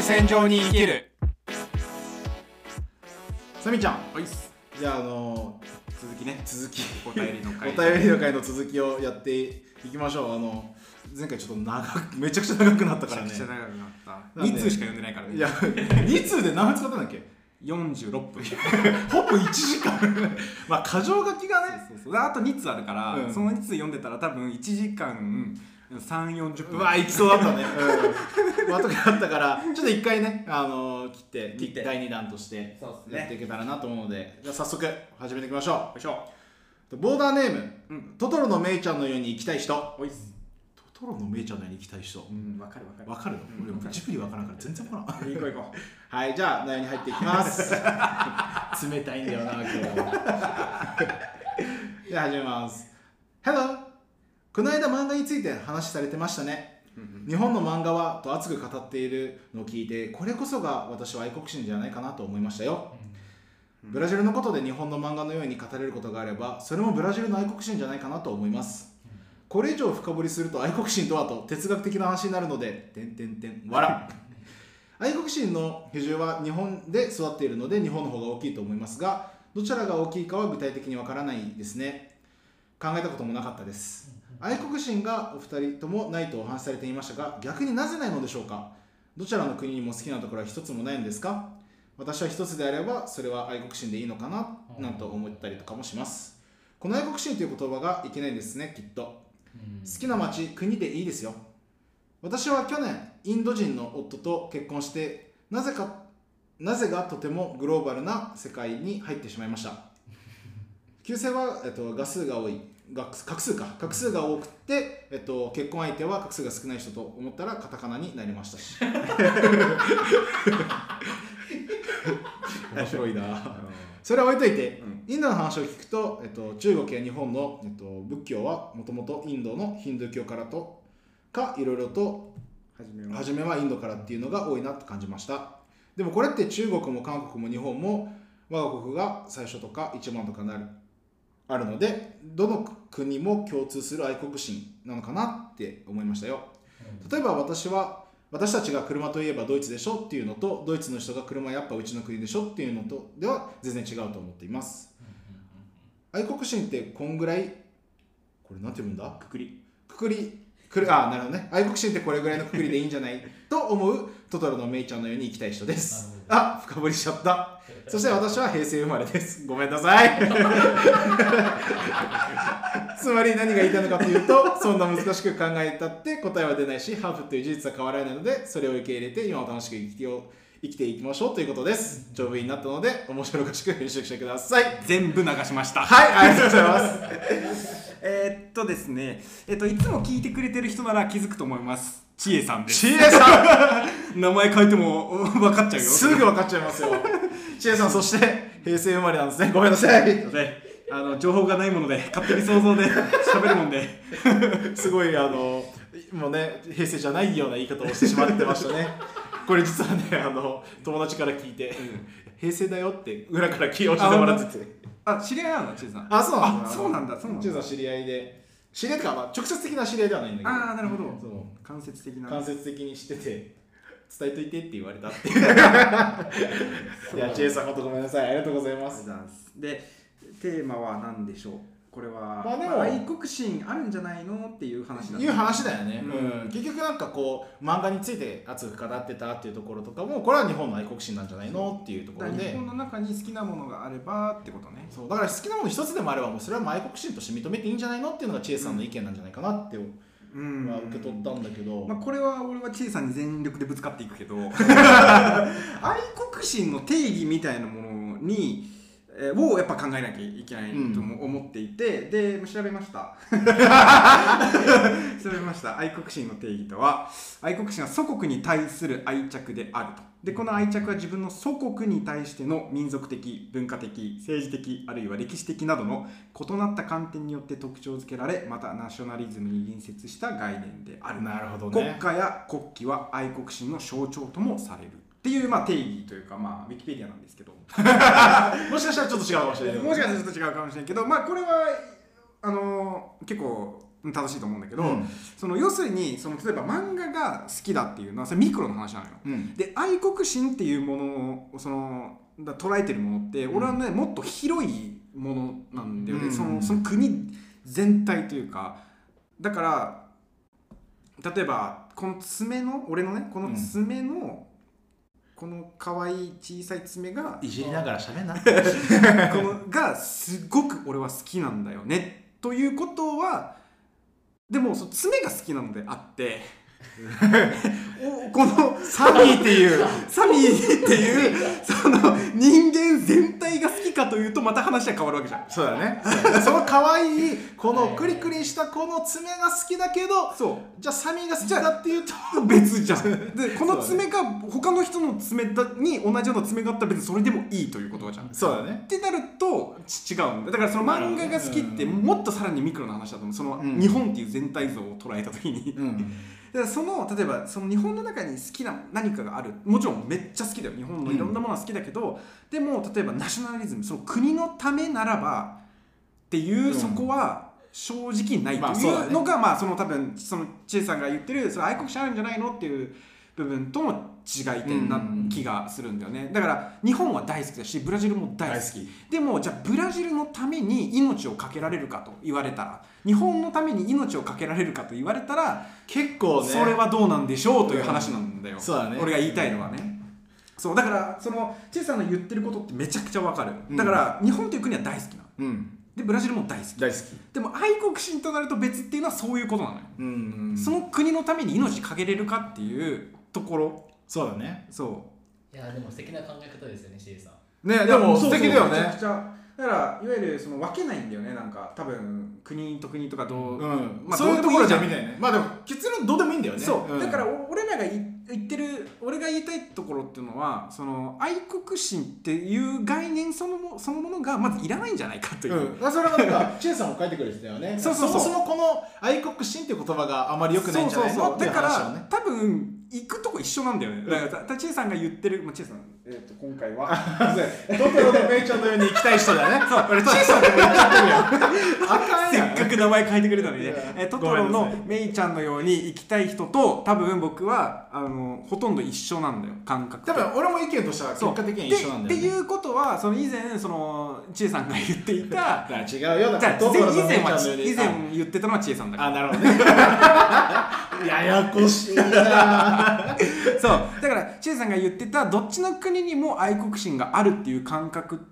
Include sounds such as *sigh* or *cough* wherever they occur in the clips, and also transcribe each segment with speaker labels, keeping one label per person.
Speaker 1: 線上に生きる
Speaker 2: サミちゃん
Speaker 1: はいっす
Speaker 2: じゃああの
Speaker 1: 続きね
Speaker 2: 続き
Speaker 1: お便りの回
Speaker 2: お便りの回の続きをやっていきましょうあの前回ちょっと長くめちゃくちゃ長くなった
Speaker 1: め
Speaker 2: か
Speaker 1: ち
Speaker 2: ら
Speaker 1: ゃ
Speaker 2: ね
Speaker 1: くちゃ長くなった
Speaker 2: なん
Speaker 1: 2
Speaker 2: で
Speaker 1: 通しか読んでないから
Speaker 2: い
Speaker 1: ね
Speaker 2: や2通で何分使ったんだっけ
Speaker 1: 46分
Speaker 2: ほぼ1時間まあ箇条書きがね
Speaker 1: そうそうあと2通あるから、
Speaker 2: うん
Speaker 1: その2通読んでたら多分1時間3 4 0
Speaker 2: う
Speaker 1: 分
Speaker 2: わいきそうだったねうんまとかあったからちょっと一回ねあの切って
Speaker 1: 切って
Speaker 2: 第2弾として
Speaker 1: そうっすね
Speaker 2: やっていけたらなと思うのでじゃあ早速始めていきましょ
Speaker 1: よいしょ
Speaker 2: うボーダーネーム、
Speaker 1: うん
Speaker 2: トトロのメイちゃんのように行きたい人ト
Speaker 1: おいっす
Speaker 2: トロのメイちゃんのように行きたい人
Speaker 1: うんわかるわかる
Speaker 2: わかるの、
Speaker 1: うん
Speaker 2: 俺ジブリわからんから全然わからん
Speaker 1: 行こう行こ
Speaker 2: はいじゃあ内容に入っていきます *laughs* 冷たいんだよな今日 *laughs* じゃあ始めます Hello この間漫画について話されてましたね
Speaker 1: う、うん
Speaker 2: 日本の漫画はと熱く語っているのを聞いてこれこそが私は愛国心じゃないかなと思いましたよブラジルのことで日本の漫画のように語れることがあればそれもブラジルの愛国心じゃないかなと思いますこれ以上深掘りすると愛国心とはと哲学的な話になるので「てんてんてんわら」愛国心の比重は日本で育っているので日本の方が大きいと思いますがどちらが大きいかは具体的にわからないですね考えたこともなかったです愛国心がお二人ともないとお話しされていましたが逆になぜないのでしょうかどちらの国にも好きなところは一つもないんですか私は一つであればそれは愛国心でいいのかななんと思ったりとかもしますこの愛国心という言葉がいけないんですねきっと好きな町国でいいですよ私は去年インド人の夫と結婚してなぜかなぜがとてもグローバルな世界に入ってしまいました旧姓は、えっと、画数が多い画数画数か画数が多くて、えっと、結婚相手は画数が少ない人と思ったらカタカナになりましたし面白いなそれは置いといて、
Speaker 1: うん
Speaker 2: インドの話を聞くと、えっと、中国や日本の、えっと、仏教はもともとインドのヒンドゥー教からとかいろいろと
Speaker 1: 始めます
Speaker 2: 初めはインドからっていうのが多いなと感じましたでもこれって中国も韓国も日本も我が国が最初とか一番とかなるあるのでどの国も共通する愛国心なのかなって思いましたよ例えば私は私たちが車といえばドイツでしょっていうのとドイツの人が車やっぱうちの国でしょっていうのとでは全然違うと思っています愛国心ってこんぐらいこれなんて読むんだ
Speaker 1: くくり
Speaker 2: くくりくるあなるほどね愛国心ってこれぐらいのくくりでいいんじゃない *laughs* と思うトトロのメイちゃんのように行きたい人です
Speaker 3: な
Speaker 2: あ深掘りしちゃったそして私は平成生まれですごめんなさい *laughs* つまり何が言いたいのかというとそんな難しく考えたって答えは出ないしハーフという事実は変わらないのでそれを受け入れて今を楽しく生きてよ生きていきましょうということです丈夫になったので面白おかしく編集してください
Speaker 1: 全部流しました
Speaker 2: はいありがとうございます
Speaker 1: えーっとですねえっといつも聞いてくれてる人なら気づくと思いますちえさ *laughs* ん
Speaker 2: *laughs*
Speaker 1: です
Speaker 2: ちえさん
Speaker 1: 名前書いてもお分かっちゃうよ
Speaker 2: すぐ分かっちゃい *laughs* ますよ。ちえさん、そして平成生まれなんですね。ごめんなさい。
Speaker 1: であの情報がないもので勝手に想像で喋るもんです
Speaker 2: ごい、あの、もうね、平成じゃないような言い方をしてしまってましたね。これ実はね、あの、友達から聞いて、平成だよって裏から気を教えてもらってて。
Speaker 1: あ知り合いなのちえさん
Speaker 2: あ、そうなんだ。
Speaker 1: あそうなんだそうなんだ
Speaker 2: ちえさん、知り合いで。知り合いとか、まあ、直接的な知り合いではないんだけど。
Speaker 1: ああなるほど
Speaker 2: そう
Speaker 1: 間接的な
Speaker 2: 間接的にしてて伝えといてって言われたっていう *laughs* いやちえさん本当ごめんなさいありがとうございま
Speaker 1: ありがとう
Speaker 2: す
Speaker 1: ございますでテーマは何でしょうこれは、
Speaker 2: まあでも
Speaker 1: まあ愛国心あるんじゃないのっていう話だ
Speaker 2: いう話だよね、
Speaker 1: うん
Speaker 2: うん結局なんかこう漫画について熱く語ってたっていうところとかもこれは日本の愛国心なんじゃないのっていうとこ
Speaker 1: だ
Speaker 2: ろ
Speaker 1: から日
Speaker 2: で
Speaker 1: 本の中に好きなものがあればってことね
Speaker 2: そうだから好きなもの一つでもあればもうそれはもう愛国心として認めていいんじゃないのっていうのが知恵さんの意見なんじゃないかなって、
Speaker 1: うん
Speaker 2: まあ、受け取ったんだけど、
Speaker 1: まあ、これは俺はちいさんに全力でぶつかっていくけど愛国心の定義みたいなものに、えーをやっぱ考えなきゃいけないとも思っていて、で調べました調べました愛国心の定義とは愛国心は祖国に対する愛着であるとでこの愛着は自分の祖国に対しての民族的文化的政治的あるいは歴史的などの異なった観点によって特徴づけられまたナショナリズムに隣接した概念である
Speaker 2: なるほど
Speaker 1: 国
Speaker 2: ね
Speaker 1: 歌や国旗は愛国心の象徴ともされるっていう、まあ、定義というか、まあ、ウィキペディアなんですけど
Speaker 2: もしかしたらちょっと違うかもしれない
Speaker 1: もしかしたらちょっと違うかもしれないけど、まあ、これはあのー結構正しいと思うんだけど、
Speaker 2: うん
Speaker 1: その要するにその例えば漫画が好きだっていうのはそれミクロの話なのよ。
Speaker 2: うん
Speaker 1: で愛国心っていうものをそのだ捉えてるものって俺はね、もっと広いものなんだよね、
Speaker 2: うん
Speaker 1: そのその国全体というかだから例えばこの爪の俺のねこの爪の、この可愛い小さい爪が
Speaker 2: いじりながら喋んな
Speaker 1: このがすごく俺は好きなんだよねということはでもその爪が好きなのであって
Speaker 2: *laughs*
Speaker 1: おこのサミーっていうサミーっていうその人間全体が好きかというとまた話は変わるわけじゃん
Speaker 2: そうだねその可愛いこ
Speaker 3: はいは
Speaker 2: の
Speaker 3: い
Speaker 2: クリクリしたこの爪が好きだけど
Speaker 1: そ
Speaker 2: じゃあサミーが好きだっていうと
Speaker 1: う別じゃんでこの爪が他の人の爪だに同じような爪があったら別にそれでもいいということじゃん
Speaker 2: そうだね
Speaker 1: ってなるとち違うんだだからその漫画が好きってもっとさらにミクロな話だと思うその
Speaker 2: うん
Speaker 1: 日本っていう全体像を捉えた時に、だからその例えばその日本の中に好きな何かがあるもちろんめっちゃ好きだよ日本のいろんなものは好きだけど、でも例えばナショナリズムその国のためならばっていううんそこは正直ない
Speaker 2: まあ
Speaker 1: と
Speaker 2: そうだ
Speaker 1: い
Speaker 2: ね
Speaker 1: うのが、まあその多分その知恵さんが言ってるそれ愛国者あるんじゃないのっていう部分との違い点な気がするんだよね、だから日本は大好きだしブラジルも大好きでもじゃあブラジルのために命を懸けられるかと言われたら日本のために命を懸けられるかと言われたら
Speaker 2: 結構ね
Speaker 1: それはどうなんでしょうという話なんだよ、
Speaker 2: うんそうだね
Speaker 1: 俺が言いたいのはね、そうだからそのチェさんの言ってることってめちゃくちゃわかる
Speaker 2: うん
Speaker 1: だから日本という国は大好きなの
Speaker 2: うん
Speaker 1: でブラジルも大好き
Speaker 2: 大好き
Speaker 1: でも愛国心となると別っていうのはそういうことなのよ、
Speaker 2: うん
Speaker 1: その国のために命かけれるかっていうところ
Speaker 2: そうだね
Speaker 1: そう
Speaker 3: いやでも素敵な考え方ですよね、シエさん。
Speaker 2: ね
Speaker 1: いや
Speaker 2: でも
Speaker 1: そ
Speaker 2: 素
Speaker 1: うそう
Speaker 2: 敵だよ
Speaker 1: めちゃく
Speaker 2: ね
Speaker 1: ちゃだからいわゆるその分けないんだよねなんか多分国と国とかどう、
Speaker 2: うん
Speaker 1: まあ
Speaker 2: そういうところじゃ
Speaker 1: どうでもいいじゃん
Speaker 2: 見ないねまあでも結論どうでもいいんだよね
Speaker 1: そう、
Speaker 2: ん
Speaker 1: だからお俺らがい言ってる俺が言いたいところっていうのはその愛国心っていう概念そのもそのものがまずいらないんじゃないかという、
Speaker 2: うん、それはなんか、チェンさんも書いてくれてたよね。
Speaker 1: そうそうそう
Speaker 2: もそもこの愛国心っていう言葉があまり良くないんじゃない
Speaker 1: そう
Speaker 2: の
Speaker 1: そう
Speaker 2: っ
Speaker 1: そう
Speaker 2: てい
Speaker 1: だ
Speaker 2: う
Speaker 1: から
Speaker 2: 話をね。
Speaker 1: 多分行くとこ一緒なんだよねだからたちえさんが言ってる、まあ、ちえさん、えー、と今回は
Speaker 2: *laughs* 東京のめいちゃんのように行きたい人だ *laughs* ね。そう、俺、チェンさんって言っちゃってるやん。あかん
Speaker 1: せ
Speaker 2: やん
Speaker 1: っかく名前変えてくれたのに
Speaker 2: い
Speaker 1: ね
Speaker 2: や
Speaker 1: えートトロ
Speaker 2: ごめん
Speaker 1: の
Speaker 2: なさ
Speaker 1: メイちゃんのように行きたい人と多分僕はあのほとんど一緒なんだよ感覚
Speaker 2: 多
Speaker 1: と
Speaker 2: 分、俺も意見としては結果的には一緒なんだよ、
Speaker 1: で
Speaker 2: ね。
Speaker 1: っていうことはその以前そのちえさんが言ってい
Speaker 2: *laughs*
Speaker 1: た
Speaker 2: だから違うよ。だ
Speaker 1: じゃ
Speaker 2: から、
Speaker 1: あ
Speaker 2: ト
Speaker 1: 以
Speaker 2: ト
Speaker 1: 前
Speaker 2: ロの
Speaker 1: 以
Speaker 2: めい
Speaker 1: 前
Speaker 2: ちゃ
Speaker 1: は
Speaker 2: んのように。
Speaker 1: 以前言ってたのはちえさんだか
Speaker 2: あ、
Speaker 1: ら
Speaker 2: あなるほどね。 *laughs* ややこしいな
Speaker 1: そうだからちえさんが言ってたどっちの国にも愛国心があるっていう感覚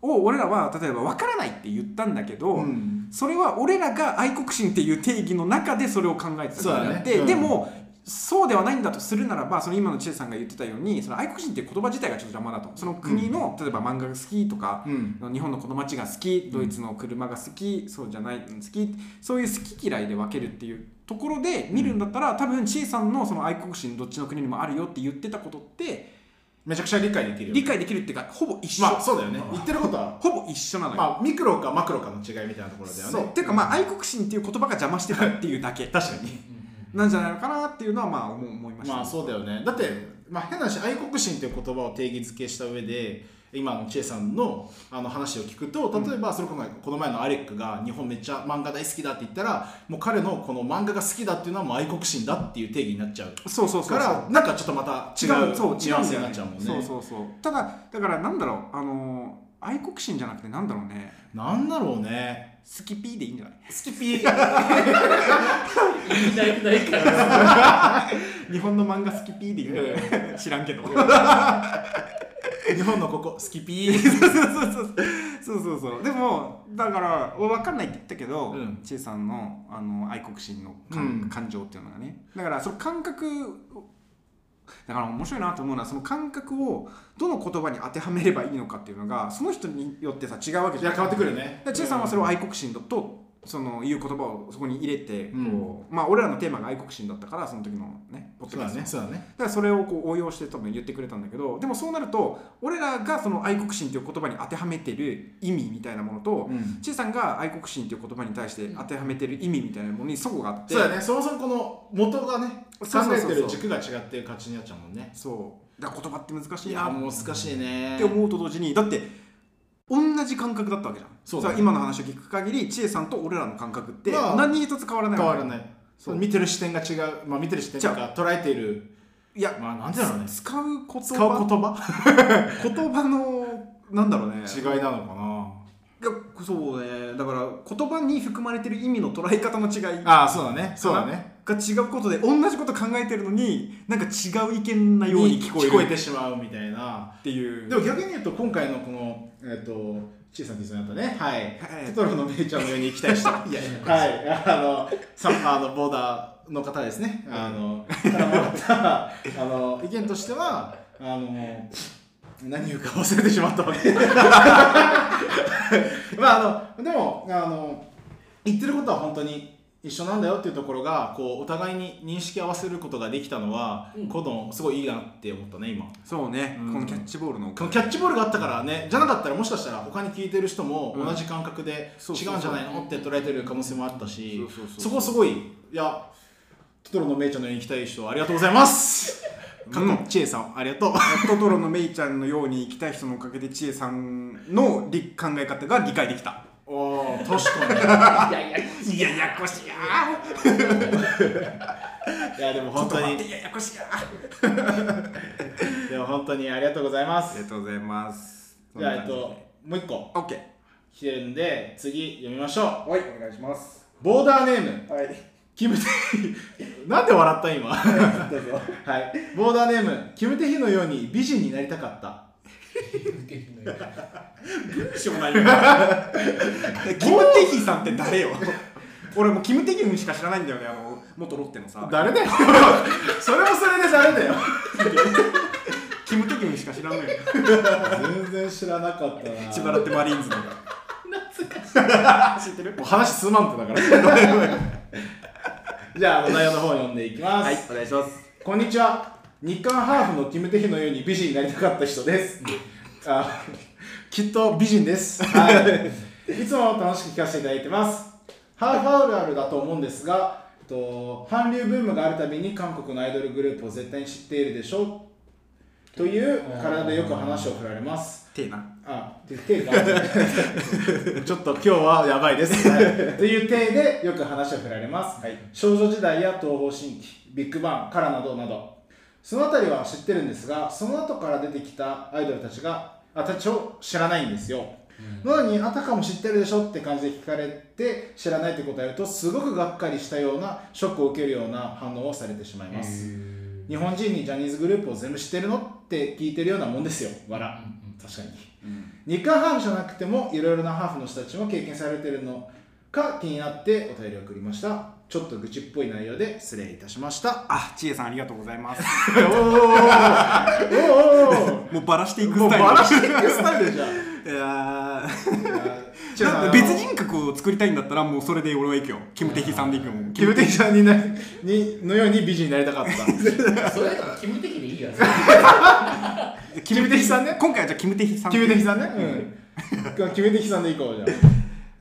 Speaker 1: を俺らは例えば分からないって言ったんだけど、
Speaker 2: うん
Speaker 1: それは俺らが愛国心っていう定義の中でそれを考えてたからであって、
Speaker 2: そうだねうん
Speaker 1: でもそうではないんだとするならばその今の千恵さんが言ってたようにその愛国心っていう言葉自体がちょっと邪魔だとその国の、例えば漫画が好きとか、
Speaker 2: うん。
Speaker 1: 日本のこの街が好きドイツの車が好きそうじゃないうん好きそういう好き嫌いで分けるっていうところで見るんだったら、多分千恵さんのその愛国心どっちの国にもあるよって言ってたことって
Speaker 2: めちゃくちゃ理解できるよ。
Speaker 1: 理解できるっていうかほぼ一緒、
Speaker 2: まあ、そうだよね。言ってることは、
Speaker 1: ほぼ一緒なのよ。
Speaker 2: まあ、ミクロかマクロかの違いみたいなところだよね。
Speaker 1: そうっていうかまあ愛国心っていう言葉が邪魔してたっていうだけ
Speaker 2: 確かに。
Speaker 1: なんじゃないのかなっていうのはまあ思思いました、
Speaker 2: まあそうだよねだって、まあ、変な話愛国心という言葉を定義づけした上で今の千恵さんのあの話を聞くと例えばそれこそこの前のアレックが日本めっちゃ漫画大好きだって言ったらもう彼のこの漫画が好きだっていうのはもう愛国心だっていう定義になっちゃう
Speaker 1: そうそうそうそう
Speaker 2: からなんかちょっとまた違
Speaker 1: 違
Speaker 2: う
Speaker 1: うそう
Speaker 2: ニ
Speaker 1: 違
Speaker 2: ュア
Speaker 1: う
Speaker 2: ン
Speaker 1: ん
Speaker 2: ス
Speaker 1: だ
Speaker 2: に
Speaker 1: よ
Speaker 2: なっ
Speaker 1: ね
Speaker 2: ちゃうもんね
Speaker 1: そうそうそうただだからなんだろうあのー愛国心じゃなくてなんだろうね
Speaker 2: なんだろうね
Speaker 1: スキピーでいいんじゃない
Speaker 2: スキピー
Speaker 3: 言いたくないから。
Speaker 1: *laughs* 日本の漫画スキピーでいいんじゃない *laughs* 知らんけどそう
Speaker 2: *laughs* 日本のここスキピー
Speaker 1: *laughs* そうそうそうそうそうでもだから分かんないって言ったけど、
Speaker 2: うん
Speaker 1: チェさんのあの愛国心の感,、
Speaker 2: うん
Speaker 1: 感情っていうのがねだからその感覚だから面白いなと思うのはその感覚をどの言葉に当てはめればいいのかっていうのがその人によってさ違うわけ
Speaker 2: い
Speaker 1: じゃ
Speaker 2: や
Speaker 1: ん
Speaker 2: 変わってくるね
Speaker 1: でチェさんはそれを愛国心だとそのいう言葉をそこに入れて、
Speaker 2: うん
Speaker 1: こうまあ俺らのテーマが愛国心だったからその時のねポッ
Speaker 2: そ
Speaker 1: ド
Speaker 2: う
Speaker 1: キャ
Speaker 2: だ
Speaker 1: ストの
Speaker 2: ねそうだね
Speaker 1: だからそれをこう応用して多分言ってくれたんだけどでもそうなると俺らがその愛国心という言葉に当てはめてる意味みたいなものと、
Speaker 2: うん
Speaker 1: ちいさんが愛国心という言葉に対して当てはめてる意味みたいなものに齟齬があって
Speaker 2: そうだねそもそもこの元がね
Speaker 1: そう
Speaker 2: 考
Speaker 1: そうそう
Speaker 2: え
Speaker 1: そう
Speaker 2: てる軸が違ってる感じになっちゃうもんね
Speaker 1: そうだから言葉って難し
Speaker 2: い
Speaker 1: い
Speaker 2: や
Speaker 1: な
Speaker 2: もう難しいね
Speaker 1: って思うと同時にだって同じ感覚だったわけじゃん
Speaker 2: そうだね
Speaker 1: さあ今の話を聞く限り千恵さんと俺らの感覚って
Speaker 2: まあ
Speaker 1: 何一つ変わらない
Speaker 2: 変わらないい
Speaker 1: そ
Speaker 2: そうう見てる視点が違う、まあ、見てる視点というか捉えている
Speaker 1: いや
Speaker 2: まあなんていうのね
Speaker 1: 使う言葉
Speaker 2: 使う言葉
Speaker 1: 言葉のなんだろうね
Speaker 2: 違いなのかない
Speaker 1: やそうねだから言葉に含まれてる意味の捉え方の違いが
Speaker 2: ああそうだねそうだね
Speaker 1: 違うことで同じこと考えてるのになんか違う意見なように聞こえ
Speaker 2: 聞こえ
Speaker 1: る
Speaker 2: てしまうみたいな
Speaker 1: っていう
Speaker 2: でも逆に言うと今回のこのえっ、と小さなティスになったねはい
Speaker 1: はい
Speaker 2: トトロフのめいちゃんのように行きたい人はい
Speaker 1: *laughs* いや
Speaker 2: あのさあのボーダーの方ですねあのからもらったあの意見としてはあの何言うか忘れてしまったわけ *laughs* まああのでもあの言ってることは本当に一緒なんだよっていうところがこうお互いに認識合わせることができたのは、
Speaker 3: うん
Speaker 2: コドンすごいいいなって思ったね今
Speaker 1: そうね、
Speaker 2: うん
Speaker 1: このキャッチボールのお
Speaker 2: こ
Speaker 1: か
Speaker 2: の
Speaker 1: げ
Speaker 2: キャッチボールがあったからねじゃなかったらもしかしたら他に聞いてる人も
Speaker 1: うん
Speaker 2: 同じ感覚で違
Speaker 1: そうそうそう
Speaker 2: うんじゃないのって捉えてる可能性もあったし
Speaker 1: そうそうそう
Speaker 2: そこすごいいやトトロのめいちゃんのように行きたい人ありがとうございますかっこちえさんありがとう
Speaker 1: トトロのメイちゃんのように生きたい人のおかげで千恵さんの理考え方が理解できた
Speaker 2: おー
Speaker 1: *laughs*
Speaker 2: 確か
Speaker 3: いやいや、
Speaker 1: い *laughs* ややこしや
Speaker 2: にいやでも
Speaker 1: ー
Speaker 2: 本当
Speaker 1: 言葉
Speaker 2: に
Speaker 1: ってややこしやー
Speaker 2: でも本当にありがとうございま
Speaker 1: あり
Speaker 2: す
Speaker 1: がとうございます
Speaker 2: じゃあえっともう一個
Speaker 1: オッケ
Speaker 2: 来てるんで次読みましょ
Speaker 1: ーはいお願いします
Speaker 2: うボーダーネーム
Speaker 1: はい
Speaker 2: キムテ *laughs* なんで笑った今
Speaker 1: どうぞ
Speaker 2: はい、ボーダーネームキムテヒのように美人になりたかった
Speaker 1: しょうがないキム・テヒさんって誰よ俺もうキム・テヒンしか知らないんだよねあの元ロッテのさ
Speaker 2: 誰だよ *laughs* それもそれで誰だよ
Speaker 1: キム・テヒンしか知らない *laughs* よ
Speaker 2: 全然知らなかった *laughs* な
Speaker 1: 千葉ラってマリーンズの
Speaker 3: 懐かしい。
Speaker 1: 知ってる
Speaker 2: もう話数万ってだから *laughs* じゃああの内容の方読んでいきます、
Speaker 1: はいお願いします
Speaker 2: こんにちは日韓ハーフのキムテヒのように美人になりたかった
Speaker 1: *laughs*
Speaker 2: 人ですあきっと美人です、はい、いつも楽しく聞かせていただいてますハーフあるあるだと思うんですがえっと韓流ブームがあるたびに韓国のアイドルグループを絶対に知っているでしょうという体でよく話を振られます
Speaker 1: てえな
Speaker 2: あ、で手がちょっと今日はやばいです。はいという体でよく話を振られます。
Speaker 1: はい
Speaker 2: 少女時代や東方神起、ビッグバンからなどなど、そのあたりは知ってるんですが、その後から出てきたアイドルたちが、あたちを知らないんですよ。なのに、あたかも知ってるでしょって感じで聞かれて、知らないって答えると、すごくがっかりしたような、ショックを受けるような反応をされてしまいます。日本人にジャニーズグループを全部知ってるのって聞いてるようなもんですよ。わら
Speaker 3: うんう。
Speaker 2: 確かに。
Speaker 1: うん
Speaker 2: 日韓ハーフじゃなくてもいろいろなハーフの人たちも経験されてるのか気になってお便りを送りましたちょっと愚痴っぽい内容で失礼いたしました
Speaker 1: あ、ちえさんありがとうございます
Speaker 2: おーお
Speaker 1: *laughs*
Speaker 2: ー
Speaker 1: もうバラしてい
Speaker 2: お
Speaker 1: く
Speaker 2: も
Speaker 1: スタイ
Speaker 2: う
Speaker 1: ル
Speaker 2: バラしていくスタイルじゃん
Speaker 1: いやー
Speaker 2: いや
Speaker 1: なんか別人格を作りたいんだったらもうそれで俺は行くよキム・テヒさんで行くよもう
Speaker 2: キムテイさ *laughs* んになにのように美人になりたかった
Speaker 3: それ、キム的でいいやつ。
Speaker 1: キム・テヒさんね今回はじゃあキム・テヒさん
Speaker 2: キムテイさんねうんキムテイさんでいこうじゃん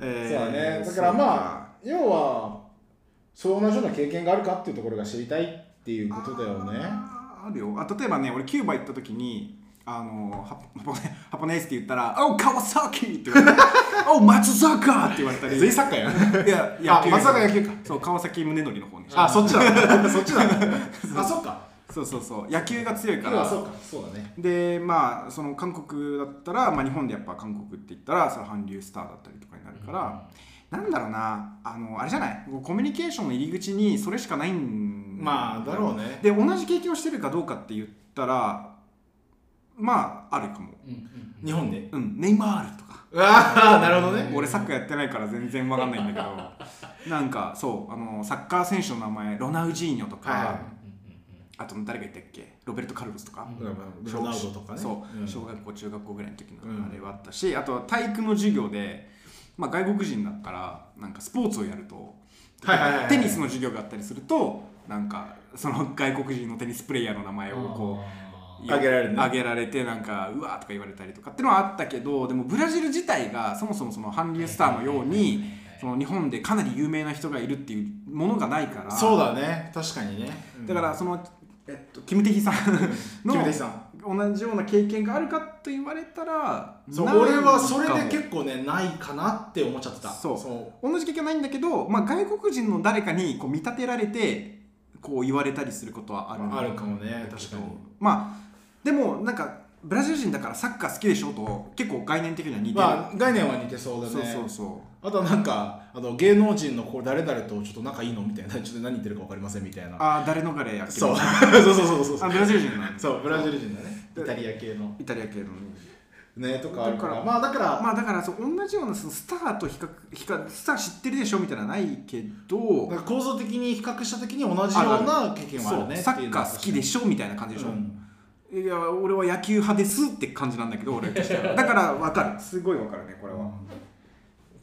Speaker 1: えー
Speaker 2: そうだねだからまあ要はそう同じような経験があるかっていうところが知りたいっていうことだよね
Speaker 1: あるよあ例えばね俺キューバ行った時にあのハポハポネハポネイスって言ったら「お川崎!」って言われたり「お松坂!」って言われたり
Speaker 2: 全作家やん
Speaker 1: いや
Speaker 2: *laughs* あ松坂野球か
Speaker 1: そう川崎宗則の方に
Speaker 2: あ、そっち
Speaker 1: *laughs*
Speaker 2: だ。そっちだ。あ、そっか。
Speaker 1: そうそうそう野球が強いか
Speaker 2: 今は
Speaker 1: ら
Speaker 2: そうか。そうだね。
Speaker 1: でまあその韓国だったら、まあ、日本でやっぱ韓国って言ったらその韓流スターだったりとかになるから、なんだろうなあのあれじゃないこうコミュニケーションの入り口にそれしかないん
Speaker 2: まあ、だろうね。
Speaker 1: で同じ経験をしてるかどうかって言ったらまああるかも
Speaker 3: うんうん
Speaker 2: 日本で。
Speaker 1: うんネイマールとか
Speaker 2: ああ、なるほどね。
Speaker 1: 俺サッカーやってないから全然わかんないんだけど
Speaker 2: *laughs*
Speaker 1: なんかそうあのサッカー選手の名前ロナウジーニョとか、
Speaker 2: はいはい
Speaker 1: あと誰がいたっけロベルト・カルロスとか、
Speaker 3: うん
Speaker 2: ロナウドとかね。
Speaker 1: そう、
Speaker 2: ん
Speaker 1: 小学校中学校ぐらいの時
Speaker 2: うん
Speaker 1: のあれはあったし、あとは体育の授業で、まあ、外国人だったらなんかスポーツをやると、
Speaker 2: はいはいはいはい
Speaker 1: テニスの授業があったりするとなんかその外国人のテニスプレイヤーの名前をこう。
Speaker 3: あ
Speaker 2: あげられるね
Speaker 1: あげられてなんかうわーとか言われたりとかってのはあったけどでもブラジル自体がそもそもその韓流スターのよう
Speaker 3: はいはいはい
Speaker 1: に
Speaker 3: はい
Speaker 1: その日本でかなり有名な人がいるっていうものがないから
Speaker 2: そうだね。確かにね。
Speaker 1: だからその、えっと、キム・テヒさん
Speaker 2: うん、
Speaker 1: の
Speaker 2: キムテイさん。
Speaker 1: 同じような経験があるかと言われたら
Speaker 2: そう
Speaker 1: ない
Speaker 2: 俺はそれ
Speaker 1: かも
Speaker 2: で結構ねないかなって思っちゃってた
Speaker 1: そう
Speaker 2: そ
Speaker 1: 同じ経験はないんだけど、まあ、外国人の誰かにこう見立てられてこう言われたりすることはある
Speaker 2: うあるかもね確かに
Speaker 1: まあでもなんかブラジル人だからサッカー好きでしょと結構概念的には似てる、
Speaker 2: まあ概念は似てそうだね
Speaker 1: そうそうそ
Speaker 2: あとはなんかあの芸能人のこう誰々とちょっと仲いいのみたいなちょっと何言ってるか分かりませんみたいな
Speaker 1: うああ誰逃れやっけ
Speaker 2: そう *laughs* そうそうそうそうそ
Speaker 1: あ
Speaker 2: う
Speaker 1: ブラジル人なんだ
Speaker 2: そうブラジル人だねイ
Speaker 1: で
Speaker 2: タリア系の
Speaker 1: イタリア系のね
Speaker 2: ねとかあるから
Speaker 1: だから
Speaker 2: まあだから、
Speaker 1: まあだからそう同じようなそのスターと比較比較スター知ってるでしょみたいなのはないけど
Speaker 2: なんか構造的に比較した時に同じような経験はあるね
Speaker 1: そうサッカー好きで
Speaker 2: し
Speaker 1: しょみたいな感じ
Speaker 2: ょ
Speaker 1: でしょ、いや俺は野球派ですって感じなんだけど俺として *laughs* はだから分かるすごい分かるねこれは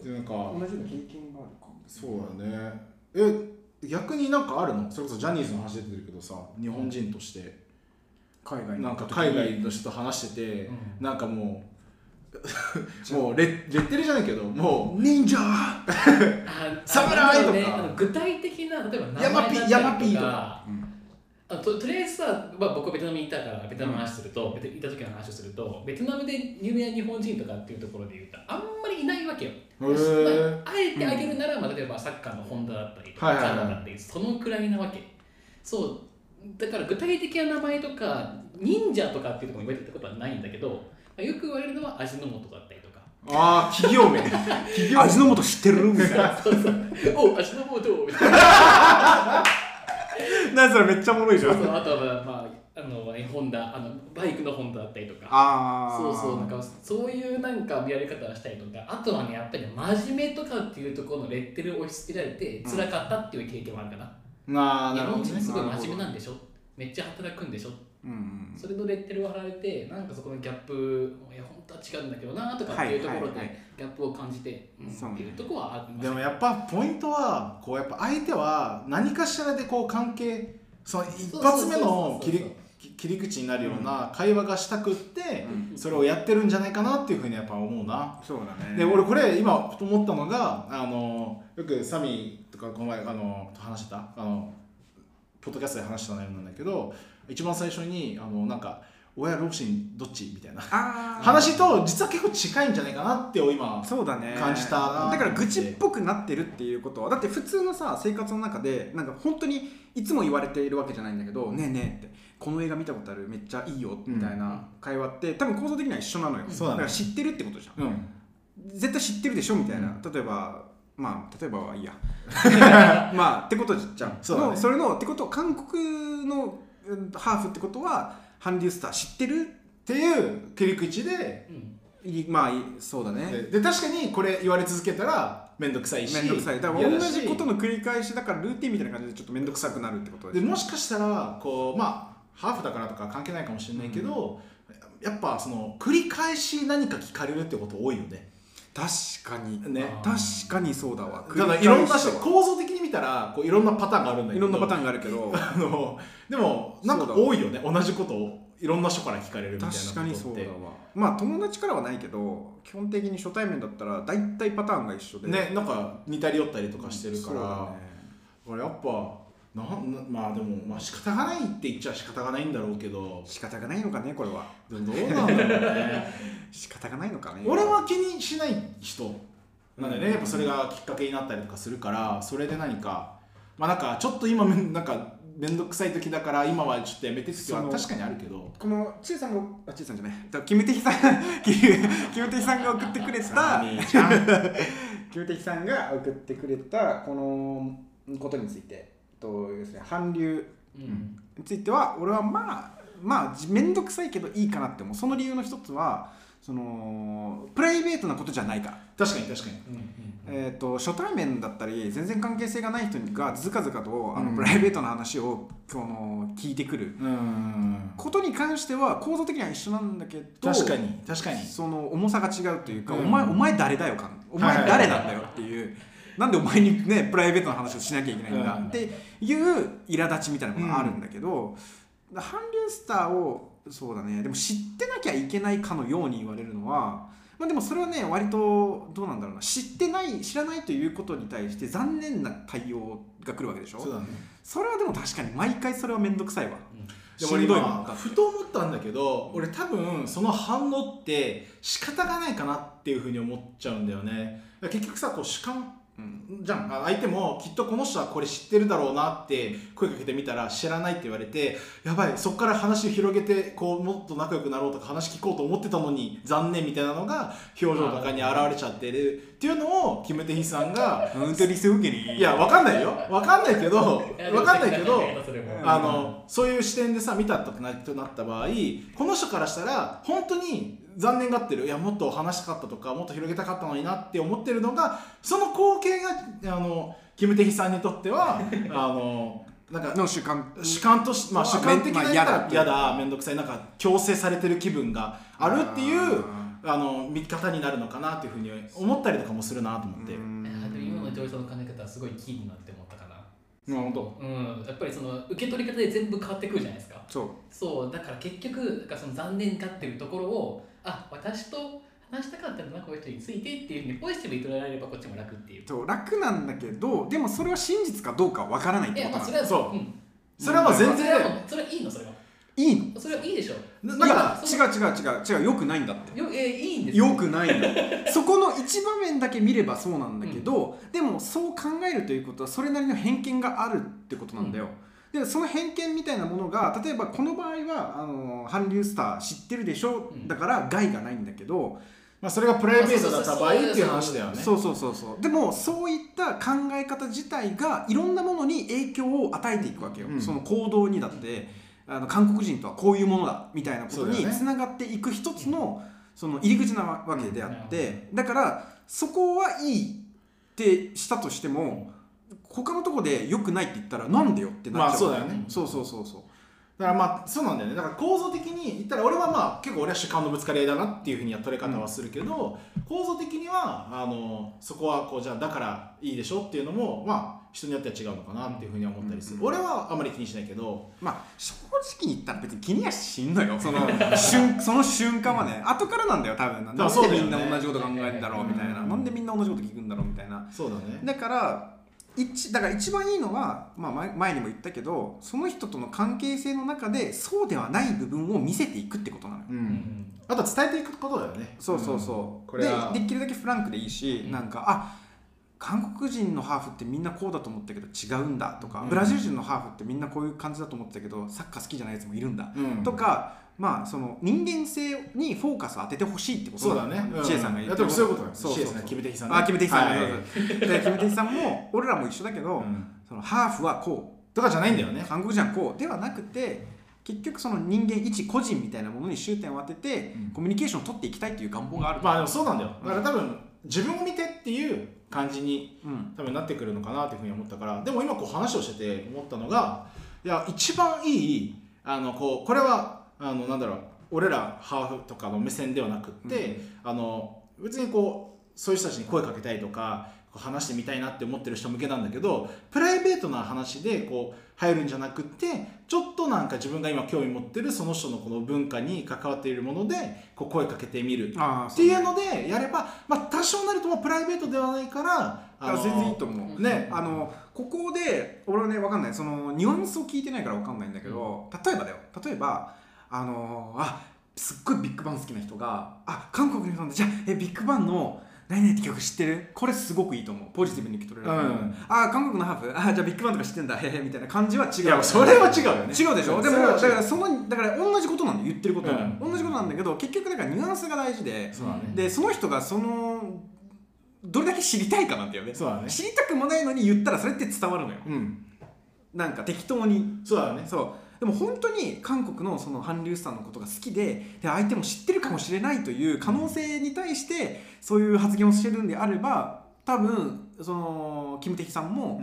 Speaker 2: でなんか
Speaker 1: じような経験があるか
Speaker 2: そうだねえ逆になんかあるのそれこそジャニーズの話出てるけどさ日本人として、
Speaker 1: 海外
Speaker 2: なんか海外の人と話してて、
Speaker 3: う
Speaker 2: なんかも *laughs* うもうレレッテルじゃないけどもう
Speaker 1: 忍者
Speaker 3: あ
Speaker 2: 侍とか
Speaker 3: あのねあの具体的な例えば名前だったり
Speaker 2: ヤマピーヤマピーとか
Speaker 1: うん
Speaker 3: あととりあえずさ、まあ、僕はベトナムにいたからベトナムの話すると、ベトいた時の話をするとベトナムで有名な日本人とかっていうところで言うとあんまりいないわけよ、
Speaker 2: へー
Speaker 3: まあ、あえてあげるなら、まあ、例えばサッカーのホンダだったりとか、
Speaker 2: はいはいはい
Speaker 3: カナダだったりそのくらいなわけそうだから具体的な名前とか忍者とかっていうところに言われたことはないんだけど、まあ、よく言われるのは味の素だったりと
Speaker 2: *laughs*
Speaker 3: か
Speaker 2: ああ企業名企業
Speaker 1: *laughs*
Speaker 2: 名
Speaker 1: 味の素知ってるみたいな
Speaker 3: そうそうお味の素みたいな
Speaker 1: *laughs* なんそれめっちゃおもろいじゃ
Speaker 3: そ
Speaker 1: ん
Speaker 3: うそうあとは、まあ、あのホンダあのバイクのホンダだったりとか
Speaker 1: ああ
Speaker 3: そうそうなんかそういうなんか見られ方をしたりとかあとはねやっぱり真面目とかっていうところのレッテルを押し付けられて辛かったっていう経験もあるかな、
Speaker 2: あーなる
Speaker 3: 日
Speaker 2: ほ
Speaker 3: 本
Speaker 2: ど
Speaker 3: 人
Speaker 2: ね
Speaker 3: すごい真面目なんでしょめっちゃ働くんでしょ
Speaker 1: うんうん
Speaker 3: それのレッテルを貼られてなんかそこのギャップいや本当は違うんだけどなとかっていうところ
Speaker 1: はいはいは
Speaker 3: でギャップを感じて、うん
Speaker 1: そうね
Speaker 3: っていうところはありまし
Speaker 2: で
Speaker 3: た
Speaker 2: もやっぱポイントはこうやっぱ相手は何かしらでこう関係その一発目の切
Speaker 3: そうそうそうそう
Speaker 2: り切り口になるような会話がしたくって
Speaker 1: うん
Speaker 2: それをやってるんじゃないかなっていうふうにやっぱ思うな。
Speaker 1: そうだね
Speaker 2: で俺これ今ふと思ったのがあのよくサミーとかこの前あのと話してたあのポッドキャストで話した内容なんだけど一番最初にあのなんか親両親どっちみたいな
Speaker 1: ああ
Speaker 2: 話と実は結構近いんじゃないかなって今
Speaker 1: そうだね
Speaker 2: 感じたな
Speaker 1: だから愚痴っぽくなってるっていうことはだって普通のさ生活の中でなんか本当にいつも言われているわけじゃないんだけど「ねえねえ」って「この映画見たことあるめっちゃいいよ」みたいな会話って多分構造的には一緒なのよ
Speaker 2: そうだね
Speaker 1: から知ってるってことじゃん
Speaker 2: うん
Speaker 1: 絶対知ってるでしょみたいな、例えばまあ例えばはいい
Speaker 2: *laughs*
Speaker 1: やまあってことじゃん
Speaker 2: そうだね
Speaker 1: のそれのってこと韓国のうんハーフってことは韓流スター知ってる
Speaker 2: っていう切り口で
Speaker 3: うん
Speaker 1: いまあいそうだね
Speaker 2: でで確かにこれ言われ続けたら面倒くさいし
Speaker 1: 面倒くさいだから
Speaker 2: 嫌
Speaker 1: 同
Speaker 2: だし
Speaker 1: じことの繰り返しだからルーティンみたいな感じでちょっと面倒くさくなるってこと
Speaker 2: で
Speaker 1: で
Speaker 2: もしかしたらこうまあハーフだからとか関係ないかもしれないけど、やっぱその繰り返し何か聞かれるってこと多いよね
Speaker 1: 確かに
Speaker 2: ね
Speaker 3: あー
Speaker 1: 確かにそうだわ
Speaker 2: ただいろんな
Speaker 1: 繰り返しだわ
Speaker 2: 構造的に見たらこういろんなパターンがあるんだけ
Speaker 1: い
Speaker 2: ど
Speaker 1: ろんなパターンがあるけど
Speaker 2: あのでもなんか多いよね同じことをいろんな人から聞かれるみたいなことって
Speaker 1: *laughs* 確かにそうだわまあ友達からはないけど基本的に初対面だったら大体パターンが一緒で
Speaker 2: ねなんか似たり寄ったりとかしてるか
Speaker 1: そ
Speaker 2: ら、
Speaker 1: う
Speaker 2: だ
Speaker 1: だ
Speaker 2: か
Speaker 1: ね
Speaker 2: らやっぱなんなまあでもまあ仕方がないって言っちゃ仕方がないんだろうけど
Speaker 1: 仕方がないのかねこれは
Speaker 2: でもどうなんだろうね *laughs*
Speaker 1: 仕方がないのかね
Speaker 2: 俺は気にしない人なんだよね、やっぱそれがきっかけになったりとかするからそれで何かまあなんかちょっと今めんなんか面倒くさい時だから今はちょっとやめてって時は
Speaker 1: その
Speaker 2: 確かにあるけど
Speaker 1: このちいさんがあちいさんじゃないえっとキムテヒさん *laughs* キムキムテヒさんが送ってくれた
Speaker 2: ーちゃん
Speaker 1: キムテヒさんが送ってくれたこのことについてえっと要するに韓流
Speaker 3: うん
Speaker 1: については俺はまあまあじ面倒くさいけどいいかなって思うその理由の一つはそのプライベートなことじゃないから
Speaker 2: 確かに確かに
Speaker 3: うんうん
Speaker 1: えー、と初対面だったり全然関係性がない人がずかずかとあの、
Speaker 2: うん
Speaker 1: プライベートな話を今日の聞いてくる
Speaker 2: うーん
Speaker 1: ことに関しては構造的には一緒なんだけど
Speaker 2: 確かに確かに
Speaker 1: その重さが違うというか、
Speaker 2: うん
Speaker 1: お前お前誰だよかお
Speaker 2: はい
Speaker 1: 前
Speaker 2: はい
Speaker 1: 誰なんだよっていう、なんでお前にねプライベートな話をしなきゃいけないんだ
Speaker 2: うん
Speaker 1: っていう苛立ちみたいなものがあるんだけど、韓流スターをそうだねでも知ってなきゃいけないかのように言われるのは。まあ、でもそれはね割とどうなんだろうな知ってない知らないということに対して残念な対応が来るわけでしょ
Speaker 2: そうだね
Speaker 1: それはでも確かに毎回それは面倒くさいわ
Speaker 2: で
Speaker 1: し
Speaker 2: も
Speaker 1: んどいもん
Speaker 2: 今
Speaker 1: だって
Speaker 2: ふと思ったんだけど俺多分その反応って仕方がないかなっていうふうに思っちゃうんだよねだから結局さこう主観
Speaker 1: うん
Speaker 2: じゃんあ相手もきっとこの人はこれ知ってるだろうなって声かけてみたら知らないって言われてやばいそっから話を広げてこうもっと仲良くなろうとか話聞こうと思ってたのに残念みたいなのが表情とかに表れちゃってるっていうのをキム・テヒさんが
Speaker 1: うんとりせうけに
Speaker 2: いやわかんないよわかんないけどわかんないけど
Speaker 3: それも
Speaker 1: うん
Speaker 2: あのそういう視点でさ見たとなとなった場合この人からしたら本当に残念がってるいやもっと話したかったとかもっと広げたかったのになって思ってるのがその光景があのキム・テヒさんにとっ
Speaker 1: *laughs*
Speaker 2: てはあのなんか
Speaker 1: の主観
Speaker 2: 主観とし、まあ、
Speaker 1: まあ
Speaker 2: 主観的な
Speaker 1: め
Speaker 2: や
Speaker 1: まあ
Speaker 2: だ
Speaker 1: 嫌
Speaker 2: 嫌
Speaker 1: だ
Speaker 2: だ面倒くさいなんか強制されてる気分があるっていう
Speaker 1: あ
Speaker 2: あの見方になるのかなっていうふうに思ったりとかもするなと思っ
Speaker 1: ー
Speaker 2: て。
Speaker 1: うん
Speaker 3: いやでも今のジョイさんの考え方はすごいキーになって思ったかな
Speaker 1: なるほど
Speaker 3: うん、やっぱりその受け取り方で全部変わってくるじゃないですか
Speaker 1: そう
Speaker 3: そうだから結局なんかその残念がってるところをあ私と話したかったんだなこういう人についてっていうふうにポジティブに捉えられればこっちも楽っていう
Speaker 1: そう楽なんだけどでもそれは真実かどうかわからないっ
Speaker 3: い
Speaker 1: て
Speaker 3: や
Speaker 1: こと
Speaker 3: まあ
Speaker 1: なんだ
Speaker 3: それは
Speaker 2: そうんそれはもう全
Speaker 3: そ
Speaker 2: 然
Speaker 3: れはもうそれはいいのそれはい
Speaker 1: いの
Speaker 3: それはいいでしょ
Speaker 2: ないなん
Speaker 1: や
Speaker 2: か
Speaker 1: 違う違う違う違うよくないんだって
Speaker 3: よえーいいんです
Speaker 1: よくないん
Speaker 3: *laughs*
Speaker 1: だそこの一場面だけ見ればそうなんだけど、でもそう考えるということはそれなりの偏見があるってことなんだよ、でその偏見みたいなものが例えばこの場合はあの韓流スター知ってるでしょ
Speaker 3: うん
Speaker 1: だから害がないんだけど、
Speaker 2: まあ、それがプライベートだった場合っていう話だよね。
Speaker 1: そうそうそうそうでもそういった考え方自体がいろんなものに影響を与えていくわけよ、
Speaker 2: うん
Speaker 1: その行動にだってあの韓国人とはこういうものだみたいなこと
Speaker 2: そう
Speaker 1: に
Speaker 2: だよね
Speaker 1: つながっていく一つのその入り口なわけであっ
Speaker 3: う
Speaker 1: てだからそこはいいってしたとしても他のとこで良くないって言ったらなんでよってなっちゃう
Speaker 2: まあそうだよね
Speaker 1: そうそうそうそう
Speaker 2: だからまあそうなんだよねだから構造的に言ったら俺はまあ結構俺は主観のぶつかり合いだなっていうふうには取れ方はするけど、構造的にはあのそこはこうじゃあだからいいでしょっていうのもまあ人によっては違うのかなっていうふうには思ったりする、
Speaker 1: うん
Speaker 2: 俺はあまり気にしないけど
Speaker 1: まあ正直に言ったら別に気にはしんの
Speaker 2: *laughs*
Speaker 1: よその瞬その瞬間はね後からなんだよ多分な
Speaker 2: だから
Speaker 1: なん
Speaker 2: そう
Speaker 1: で
Speaker 2: だ
Speaker 1: み
Speaker 2: よ
Speaker 1: んな
Speaker 2: ね
Speaker 1: 同じこと考えるんだろうみたいな、
Speaker 2: うん
Speaker 1: なんでみんな同じこと聞くんだろうみたいな
Speaker 2: そうだね
Speaker 1: だから一だから一番いいのは、まあ、前前にも言ったけどその人との関係性の中でそうではない部分を見せていくってことなのよ
Speaker 2: う、
Speaker 3: うんん
Speaker 2: あとは伝えていくことだよね
Speaker 1: そうそうそう、
Speaker 2: これは
Speaker 1: でできるだけフランクでいいし、
Speaker 3: うん
Speaker 1: なんかあ韓国人のハーフってみんなこうだと思ったけど違うんだとか、
Speaker 2: うん
Speaker 1: ブラジル人のハーフってみんなこういう感じだと思ってたけどサッカー好きじゃないやつもいるんだ
Speaker 2: うん、
Speaker 1: とか、まあ、その人間性にフォーカスを当ててほしいってこと
Speaker 2: そうだね、
Speaker 1: 千恵さんが言
Speaker 2: 言
Speaker 1: っ
Speaker 2: ってて
Speaker 1: る
Speaker 2: もそういうことだよ
Speaker 1: そう
Speaker 2: シ
Speaker 1: そう
Speaker 2: エ
Speaker 1: そ
Speaker 2: さ
Speaker 1: うん
Speaker 2: がキムテヒさんね
Speaker 1: あキムテヒさん、
Speaker 2: はい
Speaker 1: そうそうでキムテヒさんも俺らも一緒だけど、
Speaker 2: うん
Speaker 1: そのハーフはこと
Speaker 2: かじゃないんだよね
Speaker 1: う韓国人はこうではなくて結局その人間一個人みたいなものに終点を当てて、
Speaker 2: うん
Speaker 1: コミュニケーションを取っていきたいっていう願望がある、
Speaker 2: まあでもそうなんだよ
Speaker 1: うん
Speaker 2: だから多分自分を見てっていう感じに
Speaker 1: うん
Speaker 2: 多分なってくるのかなというふうに思ったからでも今こう話をしてて思ったのがいや一番いいあのこうこれはあのなんだろう俺らハーフとかの目線ではなくって、あの別にこうそういう人たちに声かけたいとかこう話してみたいなって思ってる人向けなんだけどプライベートな話でこう入るんじゃなくってちょっとなんか自分が今興味持ってるその人のこの文化に関わっているものでこう声かけてみる
Speaker 1: ああ
Speaker 2: っ
Speaker 1: そ
Speaker 2: て
Speaker 1: う
Speaker 2: いうのでやれば、まあ、多少なりともプライベートではないから
Speaker 1: だか
Speaker 2: あ
Speaker 1: ら
Speaker 2: の
Speaker 1: 全然いいと思う、
Speaker 2: ね
Speaker 1: あのここで俺はね分かんないそのニュアンスを聞いてないから分かんないんだけど、例えばだよ例えばあのあすっごいビッグバン好きな人があ韓国の人なんだじゃあえビッグバンの何々って曲知ってるこれすごくいいと思うポジティブに受け取れる、
Speaker 2: うん
Speaker 1: あ韓国のハーフあじゃあビッグバンとか知ってんだへへみたいな感じは違う
Speaker 2: いやそれは違うよね
Speaker 1: 違うでしょで
Speaker 2: そ
Speaker 1: も
Speaker 2: れは違
Speaker 1: だ
Speaker 2: う
Speaker 1: からそのだから同じことなんだよ言ってることは、
Speaker 2: うん
Speaker 1: 同じことなんだけど結局だからニュアンスが大事で
Speaker 2: そうだね
Speaker 1: でその人がそのどれだけ知りたいかなんだよね
Speaker 2: そうだね
Speaker 1: 知りたくもないのに言ったらそれって伝わるのよ
Speaker 2: うん
Speaker 1: なんか適当に
Speaker 2: そうだね
Speaker 1: そうでも本当に韓国のその韓流さんのことが好きでで相手も知ってるかもしれないという可能性に対してそういう発言をしてるんであれば多分そのキム・テヒさんも、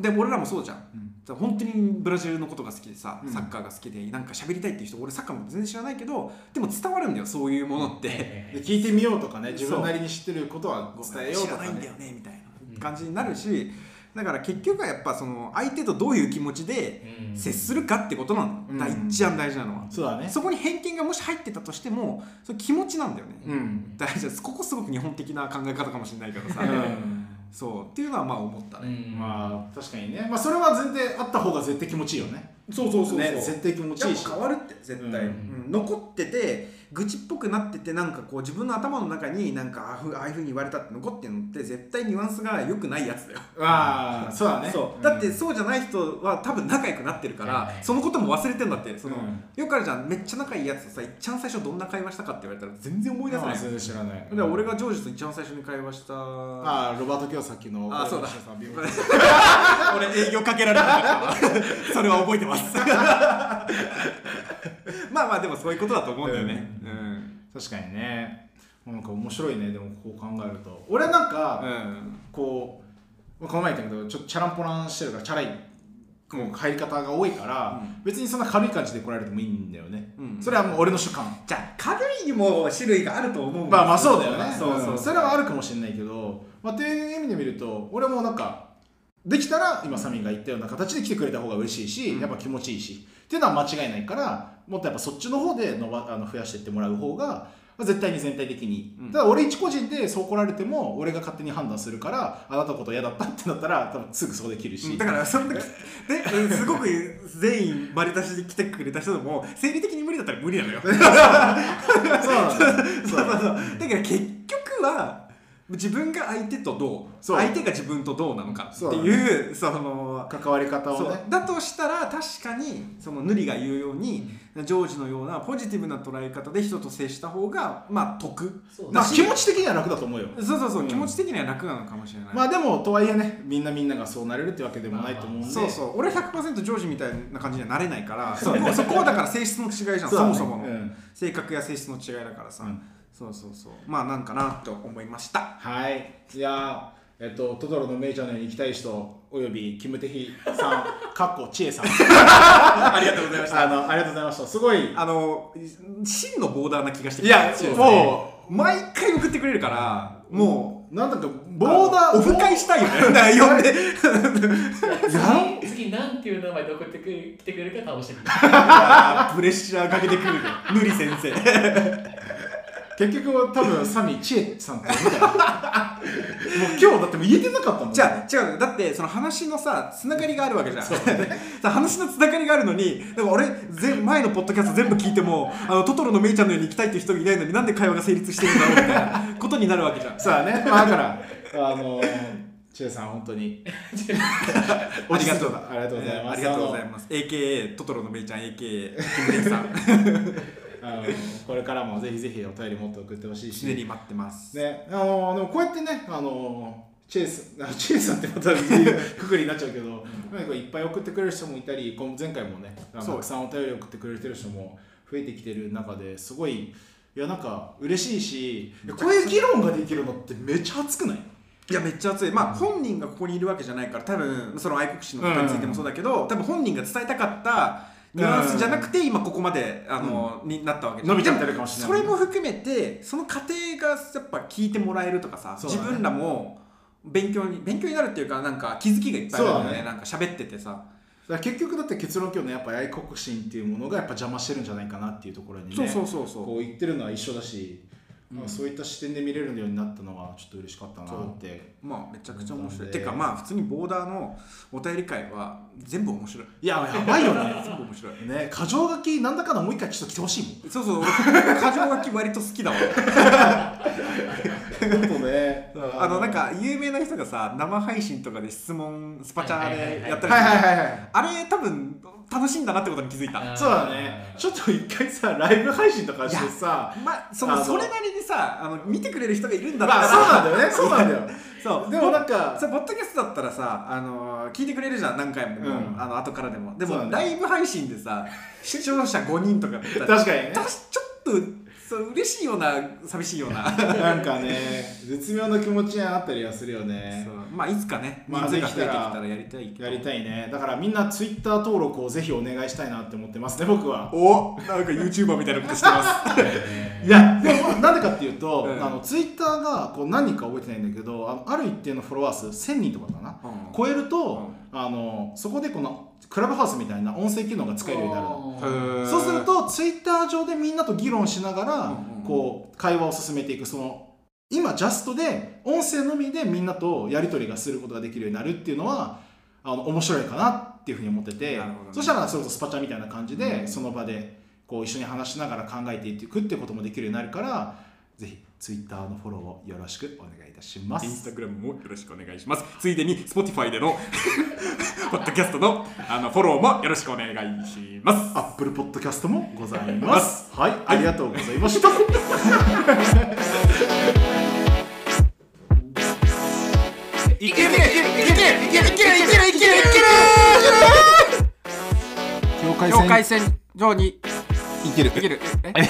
Speaker 1: で俺らもそうじゃん本当にブラジルのことが好きでさ
Speaker 2: うん
Speaker 1: サッカーが好きでなんか喋りたいっていう人俺サッカーも全然知らないけどでも伝わるんだよそういうものって。
Speaker 2: で聞いてみようとかね
Speaker 1: そう
Speaker 2: 自分なりに知ってることは伝えよう
Speaker 1: 知
Speaker 2: と
Speaker 1: ら
Speaker 2: か
Speaker 1: ないんだ
Speaker 2: ね
Speaker 1: よねみたいな感じになるし、だから結局はやっぱその相手とどういう気持ちで
Speaker 3: うん
Speaker 1: 接するかってことなの、
Speaker 2: うん
Speaker 1: 第一番大事なのは、
Speaker 2: そうだね
Speaker 1: そこに偏見がもし入ってたとしてもそれ気持ちなんだよね、
Speaker 2: うん
Speaker 1: 大事ですここすごく日本的な考え方かもしれないけどさ、そうっていうのはまあ思った
Speaker 3: う
Speaker 1: ね、
Speaker 3: ん
Speaker 2: まあ確かにねまあそれは全然あった方が絶対気持ちいいよねそうそうそうそう、
Speaker 1: ね
Speaker 2: 絶対気持ちいいし
Speaker 1: 変わるって絶対、
Speaker 2: うん
Speaker 1: うん残ってて愚痴っぽくなっててなんかこう自分の頭の中になんかああふああいうふうに言われたって残ってるのって絶対ニュアンスが良くないやつだよ
Speaker 2: ああそうだね
Speaker 1: そううんだってそうじゃない人は多分仲良くなってるから、
Speaker 3: はいはい
Speaker 1: そのことも忘れてんだってその、
Speaker 2: うん
Speaker 1: よくあるじゃんめっちゃ仲いいやつとさ一番最初どんな会話したかって言われたら全然思い出せない、
Speaker 2: あー全然知らない
Speaker 1: だから俺がジョージと一番最初に会話した
Speaker 2: ああロバート清崎の
Speaker 1: あそうだ
Speaker 2: さん美容
Speaker 1: 俺営業かけられなかったわそれは覚えてます
Speaker 2: *laughs*
Speaker 1: まあまあでもそういうことだと思うんだよねうん、
Speaker 2: 確かにねなんか面白いねでもこう考えると俺はなんか、
Speaker 1: うん
Speaker 2: こうこの前言ったけどちょっとチャランポランしてるからチャラいこう入り方が多いから、
Speaker 1: うん
Speaker 2: 別にそんな軽い感じで来られてもいいんだよね、
Speaker 1: うん
Speaker 2: それはもう俺の主観
Speaker 1: じゃあ軽いにも種類があると思うんですよ
Speaker 2: まあまあそうだよね
Speaker 1: そうそうそう、
Speaker 2: んそれはあるかもしれないけど、まあ、っていう意味で見ると俺もなんかできたら今サミンが言ったような形で来てくれた方が嬉しいし、
Speaker 1: うん
Speaker 2: やっぱ気持ちいいしっていうのは間違いないからもっとやっぱそっちの方で伸ばあの増やしていってもらう方がまあ絶対に全体的に、
Speaker 1: うん
Speaker 2: ただ俺一個人でそう来られても俺が勝手に判断するからあなたのこと嫌だったってなったら多分すぐそこで切るし、
Speaker 1: うんだからその時でうんすごく全員丸出しで来てくれた人でも生理的に無理だったら無理なのよだ
Speaker 2: そうなんだよそうなんだよ
Speaker 1: けど結局は自分が相手とどう
Speaker 2: そう
Speaker 1: 相手が自分とどうなのかって
Speaker 2: そうだ
Speaker 1: いうその
Speaker 2: *laughs* 関わり方を
Speaker 1: そ
Speaker 2: ね
Speaker 1: うだとしたら確かにそのヌリが言うようにジョージのようなポジティブな捉え方で人と接した方がまあ得
Speaker 3: そう
Speaker 2: まあ
Speaker 3: だし
Speaker 2: 気持ち的には楽だと思うよ
Speaker 1: そうそうそう、
Speaker 2: うん
Speaker 1: 気持ち的には楽なのかもしれない、
Speaker 2: まあでもとはいえねみんなみんながそうなれるってわけでもないと思うんで、
Speaker 1: そうそう俺100%ジョージみたいな感じにはなれないからそこそこはだから性質の違いじゃんそ,、
Speaker 2: だね
Speaker 1: もそもの、
Speaker 2: うん
Speaker 1: 性格や性質の違いだからさ、
Speaker 2: うん
Speaker 1: そうそうそうまあなんかなと思いました
Speaker 2: はいいやーえっとトトロのメイちゃんのように行きたい人およびキムテヒさんかっこちえさん
Speaker 1: *laughs* ありがとうございま
Speaker 2: あのありがとうございましたすごい
Speaker 1: あの真のボーダーな気がしてき
Speaker 2: いや
Speaker 1: そう
Speaker 2: も
Speaker 1: 毎回送ってくれるからも
Speaker 2: うなんだか
Speaker 1: う
Speaker 2: ボーダ
Speaker 1: あの
Speaker 2: ー
Speaker 1: オフ会したいよね呼ん *laughs* で
Speaker 3: 次次なんていう名前で送ってくる来てくれるか楽しみ
Speaker 1: プレッシャーかけてくるねぬり先生
Speaker 2: 結局多分サミーちえさんって呼ぶから *laughs* もう今日だってもう言えてなかったもん
Speaker 1: じゃあ違うのよだってその話のさつながりがあるわけじゃん、 *laughs* さ話のつながりがあるのにでも俺ぜ前のポッドキャスト全部聞いてもあのトトロのめいちゃんのように行きたいっていう人がいないのになんで会話が成立してるんだろうみたいなことになるわけじゃん
Speaker 2: さ
Speaker 1: *laughs*
Speaker 2: あねまあだからあのちえさん本当に
Speaker 1: ありがとう
Speaker 2: ありがとうございます、
Speaker 1: ありがとうございます AKA トトロのめいちゃん AKA キムレイさん
Speaker 2: あのこれからもぜひぜひお便りもっと送ってほしいし
Speaker 1: ひねり待ってます、
Speaker 2: ね、あのでもこうやってね、あのチェイス、 *laughs* あチェイスなんてまたくくりになっちゃうけど、なんかこういっぱい送ってくれる人もいたり、この前回もね、あの
Speaker 1: そう
Speaker 2: たくさんお便り送ってくれてる人も増えてきてる中ですごい、いやなんか嬉しいし、いやこういう議論ができるのってめちゃ熱くない
Speaker 1: いやめっちゃ熱いまあ本人がここにいるわけじゃないから多分その愛国心のことについてもそうだけど、多分本人が伝えたかったニュアンスじゃなくて今ここまであの、になったわけじゃん
Speaker 2: 伸びちゃってるかもしれない
Speaker 1: でもそれも含めてその過程がやっぱ聞いてもらえるとかさ、
Speaker 2: そうだ
Speaker 1: 自
Speaker 2: ね
Speaker 1: 分らも勉強に勉強になるっていうかなんか気づきがいっぱいあるよ
Speaker 2: そう
Speaker 1: ね
Speaker 2: だね
Speaker 1: なんか喋っててさ、
Speaker 2: だから結局だって結論今日のやっぱ愛国心っていうものがやっぱ邪魔してるんじゃないかなっていうところにね、
Speaker 1: そうそうそうそう
Speaker 2: こう言ってるのは一緒だし、まあ
Speaker 1: うん
Speaker 2: そういった視点で見れるようになったのはちょっと嬉しかったなって。
Speaker 1: まあめちゃくちゃ面白い
Speaker 2: そうだね
Speaker 1: てかまあ普通にボーダーのお便り会は全部面白い
Speaker 2: いや、やばいよね。
Speaker 1: *laughs* 全部面白い
Speaker 2: ね、箇条書きなんだかのもう一回ちょっと来てほしいもん。
Speaker 1: そうそう俺過剰書き割と好きだわ
Speaker 2: *laughs* 本当ね。
Speaker 1: あのなん。か有名な人がさ生配信とかで質問スパチャ
Speaker 3: はいはいはいは
Speaker 1: で
Speaker 3: い
Speaker 1: やった
Speaker 2: はい
Speaker 1: りす
Speaker 2: はい
Speaker 1: る
Speaker 2: はいはい。
Speaker 1: あれ多分楽しいんだなってことに気づいた
Speaker 3: あー
Speaker 2: そうだね。ちょっと一回さ、ライブ配信とかしてさ。
Speaker 1: まあそ
Speaker 2: あ
Speaker 1: の
Speaker 2: の
Speaker 1: それなりにさあの見てくれる人がいるんだった
Speaker 2: まあ、
Speaker 1: ら、
Speaker 2: そうな
Speaker 1: *laughs*
Speaker 2: んだよね。そうな
Speaker 1: そ
Speaker 2: んだよ。
Speaker 1: う
Speaker 2: でもなんか。
Speaker 1: さポッドキャストだったらさ、あのー聞いてくれるじゃん何回も、
Speaker 2: うん
Speaker 1: あの後からでもで
Speaker 2: そうだ
Speaker 1: も、
Speaker 2: ね
Speaker 1: ライブ配信でさ視聴者5人とかだったら
Speaker 2: 確かにね
Speaker 1: たしちょっとそう嬉しいような寂しいような
Speaker 2: なんかね、絶妙な気持ちになったりはするよ *laughs* ね
Speaker 1: そう。まあいつかね人
Speaker 2: まあ
Speaker 1: 数が増えてき
Speaker 2: でき
Speaker 1: た
Speaker 2: た
Speaker 1: ら
Speaker 2: ら
Speaker 1: やりたいけど
Speaker 2: やりたいね。だからみんなツイッター登録をぜひお願いしたいなって思ってますね、僕は。
Speaker 1: おなんか YouTuber みたいなことしてます
Speaker 2: *laughs* いや、でもなんでかっていうと、
Speaker 1: うん
Speaker 2: あのツイッターがこう何人か覚えてないんだけど、あのある一定のフォロワー数、1000人とかかな。超えると、あのそこでこのクラブハウスみたいな音声機能が *laughs* 使えるようになるの
Speaker 3: あー
Speaker 2: そうするとツイッター上でみんなと議論しながら、
Speaker 1: うんうんうん
Speaker 2: こう会話を進めていくその今ジャストで音声のみでみんなとやり取りがすることができるようになるっていうのはあの面白いかなっっていうふうに思ってて、
Speaker 1: なるほどね
Speaker 2: そしたらそれこそスパチャみたいな感じで、
Speaker 1: うん
Speaker 2: その場でこう一緒に話しながら考えていくってこともできるようになるからぜひツイッターのフォローをよろしくお願いいたしま
Speaker 1: インスタ
Speaker 2: す
Speaker 1: グラムもよろしくお願いします。ついでに Spotify での *laughs* ポッドキャストのあのフォローもよろしくお願いします。
Speaker 2: アップルポッドキャストもござい
Speaker 1: *laughs*
Speaker 2: ますはいありがとうございました
Speaker 1: いけるいけるいけるいけるいけるいけるいけるいけるい
Speaker 2: 境界
Speaker 4: 境界線上に
Speaker 1: ける
Speaker 4: 生きる。え